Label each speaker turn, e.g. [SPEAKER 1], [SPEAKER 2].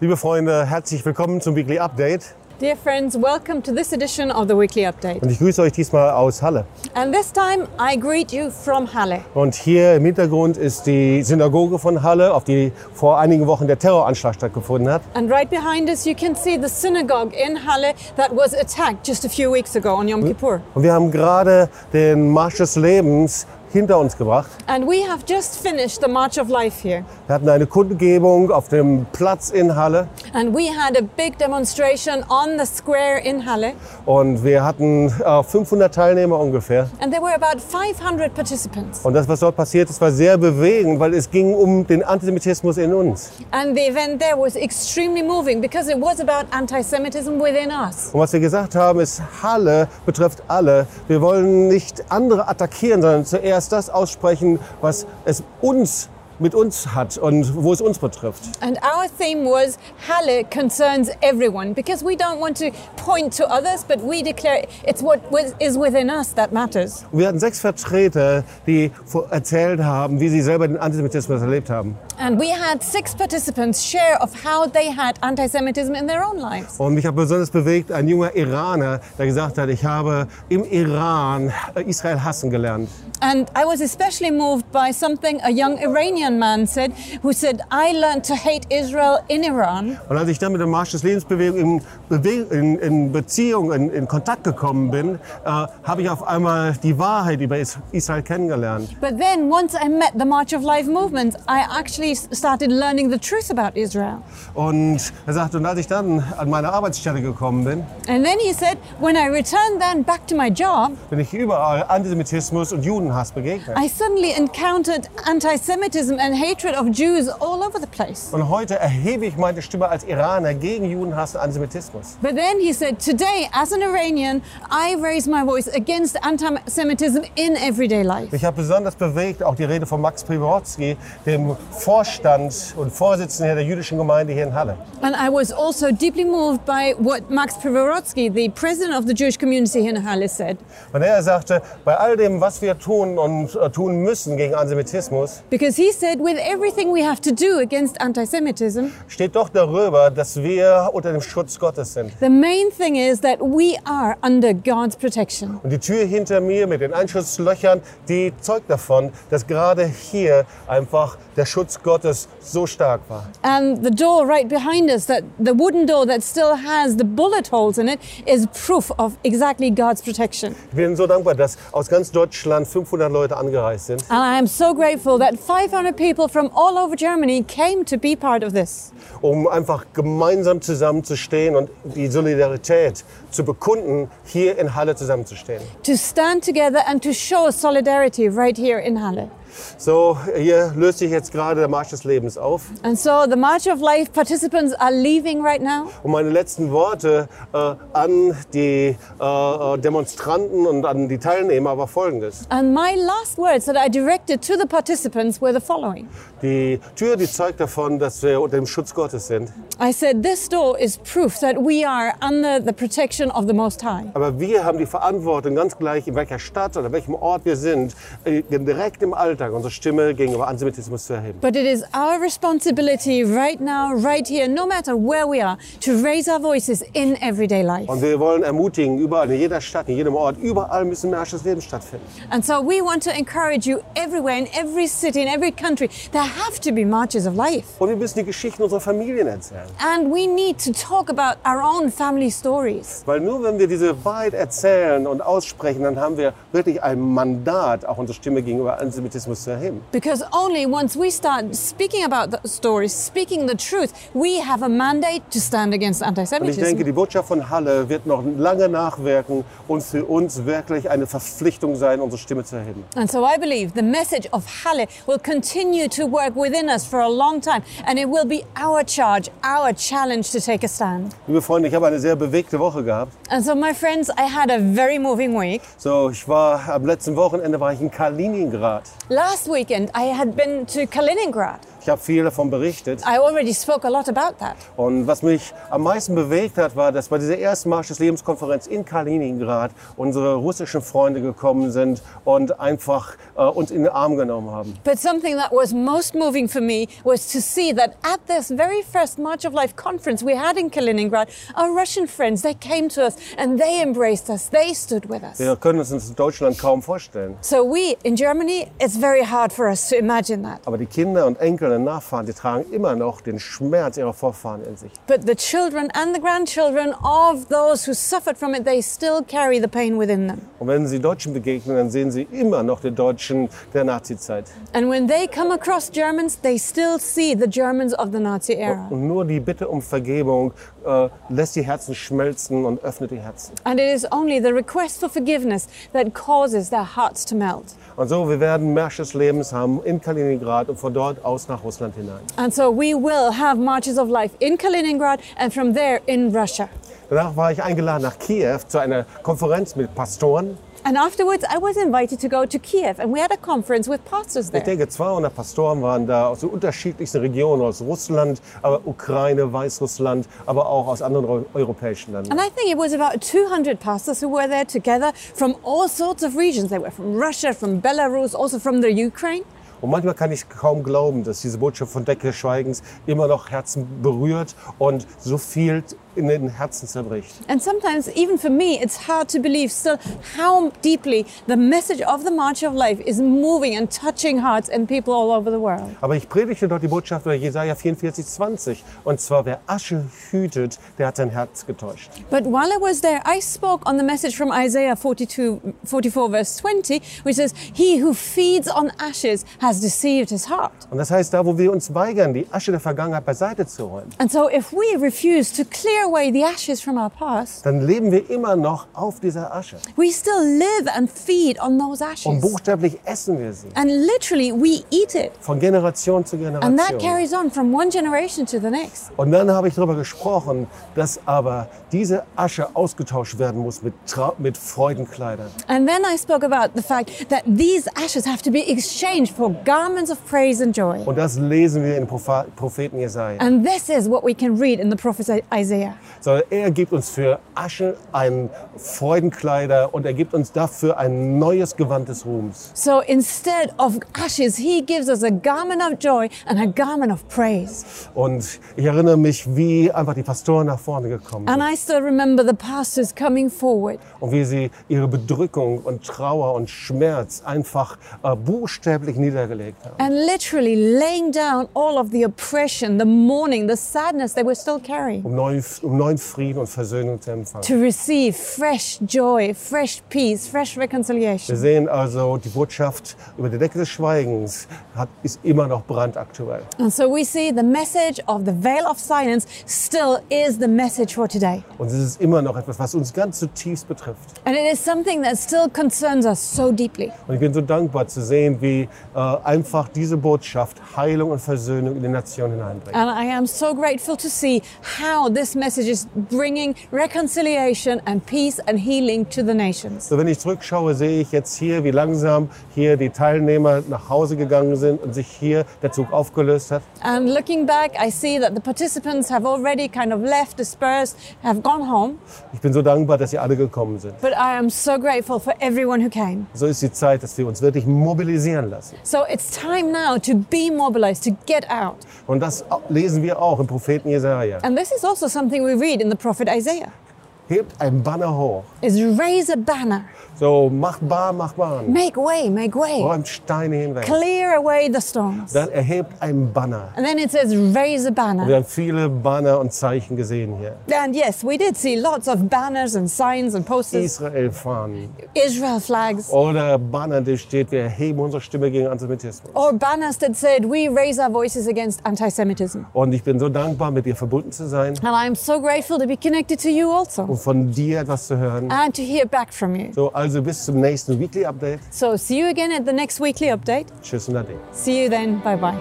[SPEAKER 1] Liebe Freunde, herzlich willkommen zum Weekly Update.
[SPEAKER 2] Dear friends, welcome to this edition of the Weekly Update.
[SPEAKER 1] Und ich grüße euch diesmal aus Halle.
[SPEAKER 2] And this time I greet you from Halle.
[SPEAKER 1] Und hier im Hintergrund ist die Synagoge von Halle, auf die vor einigen Wochen der Terroranschlag stattgefunden hat.
[SPEAKER 2] And right behind us you can see the synagogue in Halle that was attacked just a few weeks ago on Yom Kippur.
[SPEAKER 1] Und wir haben gerade den Marsch des Lebens hinter uns gebracht.
[SPEAKER 2] And we have just finished the March of Life here.
[SPEAKER 1] Wir hatten eine Kundgebung auf dem Platz in Halle
[SPEAKER 2] And we had a big demonstration on the square in Halle.
[SPEAKER 1] und wir hatten äh, 500 Teilnehmer ungefähr.
[SPEAKER 2] And there were about 500 participants.
[SPEAKER 1] Und das, was dort passiert ist, war sehr bewegend, weil es ging um den Antisemitismus in uns.
[SPEAKER 2] And the event there was extremely moving because it was about anti Semitism within us.
[SPEAKER 1] Und was wir gesagt haben, ist, Halle betrifft alle. Wir wollen nicht andere attackieren, sondern zuerst das aussprechen, was es uns mit uns hat und wo es uns betrifft.
[SPEAKER 2] And our theme was Halle concerns everyone because we don't want to point to others, but we declare it's what was- is within us that matters.
[SPEAKER 1] Und wir hatten sechs Vertreter, die vor- erzählt haben, wie sie selber den Antisemitismus erlebt haben.
[SPEAKER 2] And we had six participants share of how they had anti Semitism in their own lives.
[SPEAKER 1] Und mich hat besonders bewegt ein junger Iraner, der gesagt hat, ich habe im Iran Israel hassen gelernt.
[SPEAKER 2] And I was especially moved by something a young Iranian man said, who said, I learned to hate Israel in Iran.
[SPEAKER 1] Und als ich dann mit der Marsch des Lebensbewegung in, Bewe in, in Beziehung, in, in Kontakt gekommen bin, äh, habe ich auf einmal die Wahrheit über Is Israel kennengelernt.
[SPEAKER 2] But then, once I met the March of Life movement, I actually s- started learning the truth about Israel.
[SPEAKER 1] Und er sagte, und als ich dann an meine Arbeitsstelle gekommen bin,
[SPEAKER 2] And then he said, when I returned then back to my job,
[SPEAKER 1] bin ich überall Antisemitismus und Judenhass begegnet.
[SPEAKER 2] I suddenly encountered anti Semitism and hatred of Jews all over the place.
[SPEAKER 1] Und heute erhebe ich meine Stimme als Iraner gegen Judenhass und Antisemitismus.
[SPEAKER 2] But then he said, today, as an Iranian, I raise my voice against anti Semitism in everyday life.
[SPEAKER 1] Mich hat besonders bewegt auch die Rede von Max Priborotsky, dem Vorstand und Vorsitzenden der jüdischen Gemeinde hier in Halle.
[SPEAKER 2] And I was also deeply moved by what Max Prevorotsky, the president of the Jewish community in Halle, said.
[SPEAKER 1] Und er sagte, bei all dem, was wir tun und äh, tun müssen gegen Antisemitismus,
[SPEAKER 2] Because he said, with everything we have to do against anti Semitism,
[SPEAKER 1] steht doch darüber, dass wir unter dem Schutz Gottes sind.
[SPEAKER 2] the main thing is that we are under God's protection.
[SPEAKER 1] Und die Tür hinter mir mit den Einschusslöchern, die zeugt davon, dass gerade hier einfach der Schutz Gottes so stark war.
[SPEAKER 2] And the door right behind us, that the wooden door that still has the bullet holes in it, is proof of exactly God's protection.
[SPEAKER 1] Ich bin so dankbar, dass aus ganz Deutschland 500 Leute angereist sind.
[SPEAKER 2] And I am so grateful that 500 people from all over Germany came to be part of this.
[SPEAKER 1] um einfach gemeinsam zusammenzustehen und die Solidarität zu bekunden, hier in Halle zusammenzustehen.
[SPEAKER 2] To stand together and to show solidarity right here in Halle.
[SPEAKER 1] So, hier löst sich jetzt gerade der Marsch des Lebens auf.
[SPEAKER 2] And so the March of Life participants are leaving right now.
[SPEAKER 1] Und um meine letzten Worte äh, an die äh, äh, Demonstranten und an die Teilnehmer war folgendes.
[SPEAKER 2] And my last words that I directed to the participants were the following
[SPEAKER 1] Die Tür, die zeugt davon, dass wir unter dem Schutz Gottes sind.
[SPEAKER 2] I said, This door is proof that we are under the protection of the Most High.
[SPEAKER 1] Aber wir haben die Verantwortung, ganz gleich in welcher Stadt oder welchem Ort wir sind, äh, direkt im Alltag unsere Stimme gegenüber Antisemitismus zu erheben.
[SPEAKER 2] But it is our responsibility right now, right here, no matter where we are, to raise our voices in everyday life.
[SPEAKER 1] Und wir wollen ermutigen, überall, in jeder Stadt, in jedem Ort, überall müssen Märsche des Lebens stattfinden.
[SPEAKER 2] And so we want to encourage you everywhere, in every city, in every country, there have to be marches of life.
[SPEAKER 1] Und wir müssen die Geschichten unserer Familien erzählen.
[SPEAKER 2] And we need to talk about our own family stories.
[SPEAKER 1] Weil nur wenn wir diese Wahrheit erzählen und aussprechen, dann haben wir wirklich ein Mandat, auch unsere Stimme gegenüber Antisemitismus zu erheben.
[SPEAKER 2] Because only once we start speaking about the stories, speaking the truth, we have a mandate to stand against anti
[SPEAKER 1] Und ich denke,
[SPEAKER 2] Semitism.
[SPEAKER 1] die Botschaft von Halle wird noch lange nachwirken und für uns wirklich eine Verpflichtung sein, unsere Stimme zu erheben.
[SPEAKER 2] And so I believe the message of Halle will continue to work within us for a long time, and it will be our charge, our challenge to take a stand.
[SPEAKER 1] Liebe Freunde, ich habe eine sehr bewegte Woche gehabt.
[SPEAKER 2] And so, my friends, I had a very moving week.
[SPEAKER 1] So, ich war am letzten Wochenende war ich in Kaliningrad.
[SPEAKER 2] Last weekend, I had been to Kaliningrad.
[SPEAKER 1] Ich habe viel davon berichtet.
[SPEAKER 2] I already spoke a lot about that.
[SPEAKER 1] Und was mich am meisten bewegt hat, war, dass bei dieser ersten Marsch des Lebenskonferenz in Kaliningrad unsere russischen Freunde gekommen sind und einfach äh, uns in den Arm genommen haben.
[SPEAKER 2] But something that was most moving for me was to see that at this very first March of Life conference we had in Kaliningrad, our Russian friends, they came to us and they embraced us. They stood with us.
[SPEAKER 1] Wir können uns das in Deutschland kaum vorstellen.
[SPEAKER 2] So we in Germany, it's very hard for us to imagine that.
[SPEAKER 1] Aber die Kinder und Enkel und Nachfahren, die tragen immer noch den Schmerz ihrer Vorfahren in sich.
[SPEAKER 2] But the children and the grandchildren of those who suffered from it, they still carry the pain within them.
[SPEAKER 1] Und wenn sie Deutschen begegnen, dann sehen sie immer noch den Deutschen der Nazizeit.
[SPEAKER 2] And when they come across Germans, they still see the Germans of the Nazi era.
[SPEAKER 1] Und nur die Bitte um Vergebung äh, lässt die Herzen schmelzen und öffnet die Herzen.
[SPEAKER 2] And it is only the request for forgiveness that causes their hearts to melt.
[SPEAKER 1] Und so, wir werden Märsch des Lebens haben in Kaliningrad und von dort aus nach Russland hinein.
[SPEAKER 2] And so we will have marches of life in Kaliningrad and from there in Russia.
[SPEAKER 1] Danach war ich eingeladen nach Kiew zu einer Konferenz mit Pastoren.
[SPEAKER 2] And afterwards, I was invited to go to Kiev and we had a conference with pastors
[SPEAKER 1] Ich
[SPEAKER 2] there.
[SPEAKER 1] denke, 200 Pastoren waren da aus den unterschiedlichsten Regionen, aus Russland, aber Ukraine, Weißrussland, aber auch aus anderen eu- europäischen Ländern.
[SPEAKER 2] And I think it was about 200 pastors who were there together from all sorts of regions. They were from Russia, from Belarus, also from the Ukraine.
[SPEAKER 1] Und manchmal kann ich kaum glauben, dass diese Botschaft von Decke des Schweigens immer noch Herzen berührt und so viel in den Herzen zerbricht.
[SPEAKER 2] And sometimes, even for me, it's hard to believe still how deeply the message of the March of Life is moving and touching hearts and people all over the world.
[SPEAKER 1] Aber ich predigte dort die Botschaft über Jesaja 44, 20. Und zwar, wer Asche hütet, der hat sein Herz getäuscht.
[SPEAKER 2] But while I was there, I spoke on the message from Isaiah 42, 44, verse 20, which says, He who feeds on ashes has deceived his heart.
[SPEAKER 1] Und das heißt, da, wo wir uns weigern, die Asche der Vergangenheit beiseite zu räumen,
[SPEAKER 2] And so, if we refuse to clear away the ashes from our past,
[SPEAKER 1] dann leben wir immer noch auf dieser Asche.
[SPEAKER 2] we still live and feed on those
[SPEAKER 1] Und
[SPEAKER 2] ashes.
[SPEAKER 1] buchstäblich essen wir sie.
[SPEAKER 2] And literally, we eat it.
[SPEAKER 1] Von Generation zu
[SPEAKER 2] And
[SPEAKER 1] Generation.
[SPEAKER 2] that carries on from one generation to the next.
[SPEAKER 1] Und dann habe ich darüber gesprochen, dass aber diese Asche ausgetauscht werden muss mit, Trau mit Freudenkleidern.
[SPEAKER 2] And then I spoke about the fact that these ashes have to be exchanged for garments of praise and joy.
[SPEAKER 1] Und das lesen wir in Propha- Propheten Jesaja.
[SPEAKER 2] And this is what we can read in the prophet Isaiah.
[SPEAKER 1] So, er gibt uns für Asche einen Freudenkleider und er gibt uns dafür ein neues Gewand des Ruhms.
[SPEAKER 2] So instead of ashes, he gives us a garment of joy and a garment of praise.
[SPEAKER 1] Und ich erinnere mich, wie einfach die Pastoren nach vorne gekommen
[SPEAKER 2] And
[SPEAKER 1] sind
[SPEAKER 2] I still remember the pastors coming forward
[SPEAKER 1] und wie sie ihre Bedrückung und Trauer und Schmerz einfach äh, buchstäblich niedergelegt haben.
[SPEAKER 2] and literally laying down all of the oppression, the mourning, the sadness they were still carrying
[SPEAKER 1] Um neuen, um neuen Frieden und Versöhnung zu empfangen.
[SPEAKER 2] to receive fresh joy, fresh peace, fresh
[SPEAKER 1] Wir
[SPEAKER 2] reconciliation.
[SPEAKER 1] sehen also, die Botschaft über die Decke des Schweigens hat, ist immer noch brandaktuell.
[SPEAKER 2] And so we see the message of the veil of silence still is the message for today.
[SPEAKER 1] Und es ist immer noch etwas, was uns ganz zutiefst betrifft.
[SPEAKER 2] And it is something that still concerns us so deeply.
[SPEAKER 1] Und ich bin so dankbar zu sehen, wie äh, einfach diese Botschaft Heilung und Versöhnung in die Nation hineinbringt.
[SPEAKER 2] And I am so grateful to see how this message is bringing reconciliation and peace and healing to the nations.
[SPEAKER 1] So, wenn ich zurückschaue, sehe ich jetzt hier, wie langsam hier die Teilnehmer nach Hause gegangen sind und sich hier der Zug aufgelöst hat.
[SPEAKER 2] And looking back, I see that the participants have already kind of left, dispersed, have gone home.
[SPEAKER 1] Ich bin so dankbar, dass ihr alle gekommen sind.
[SPEAKER 2] But I am so grateful for everyone who came.
[SPEAKER 1] So ist die Zeit, dass wir uns wirklich mobilisieren lassen.
[SPEAKER 2] So it's time now to be mobilized, to get out.
[SPEAKER 1] Und das au- lesen wir auch im Propheten Jesaja.
[SPEAKER 2] And this is also something we read in the prophet Isaiah.
[SPEAKER 1] Hebt ein Banner hoch.
[SPEAKER 2] is raise a banner.
[SPEAKER 1] So, macht Bahn, macht Bahn.
[SPEAKER 2] Make way, make way.
[SPEAKER 1] Räumt Steine hinweg.
[SPEAKER 2] Clear away the storms.
[SPEAKER 1] Dann erhebt ein Banner.
[SPEAKER 2] And then it says raise a
[SPEAKER 1] Wir
[SPEAKER 2] banner.
[SPEAKER 1] haben viele Banner und Zeichen gesehen hier.
[SPEAKER 2] And yes, we did see lots of banners and signs and posters,
[SPEAKER 1] Israel fahren.
[SPEAKER 2] Israel flags,
[SPEAKER 1] Oder Banner, der steht, wir erheben unsere Stimme gegen Antisemitismus.
[SPEAKER 2] or banners that said, We raise our voices against anti Semitism.
[SPEAKER 1] Und ich bin so dankbar, mit dir verbunden zu sein
[SPEAKER 2] And I'm so grateful to be connected to you also
[SPEAKER 1] und von dir etwas zu hören.
[SPEAKER 2] and to hear back from you.
[SPEAKER 1] Oh. So, also bis zum nächsten Weekly Update.
[SPEAKER 2] So, see you again at the next weekly update.
[SPEAKER 1] Tschüss und Ade.
[SPEAKER 2] See you then. Bye bye.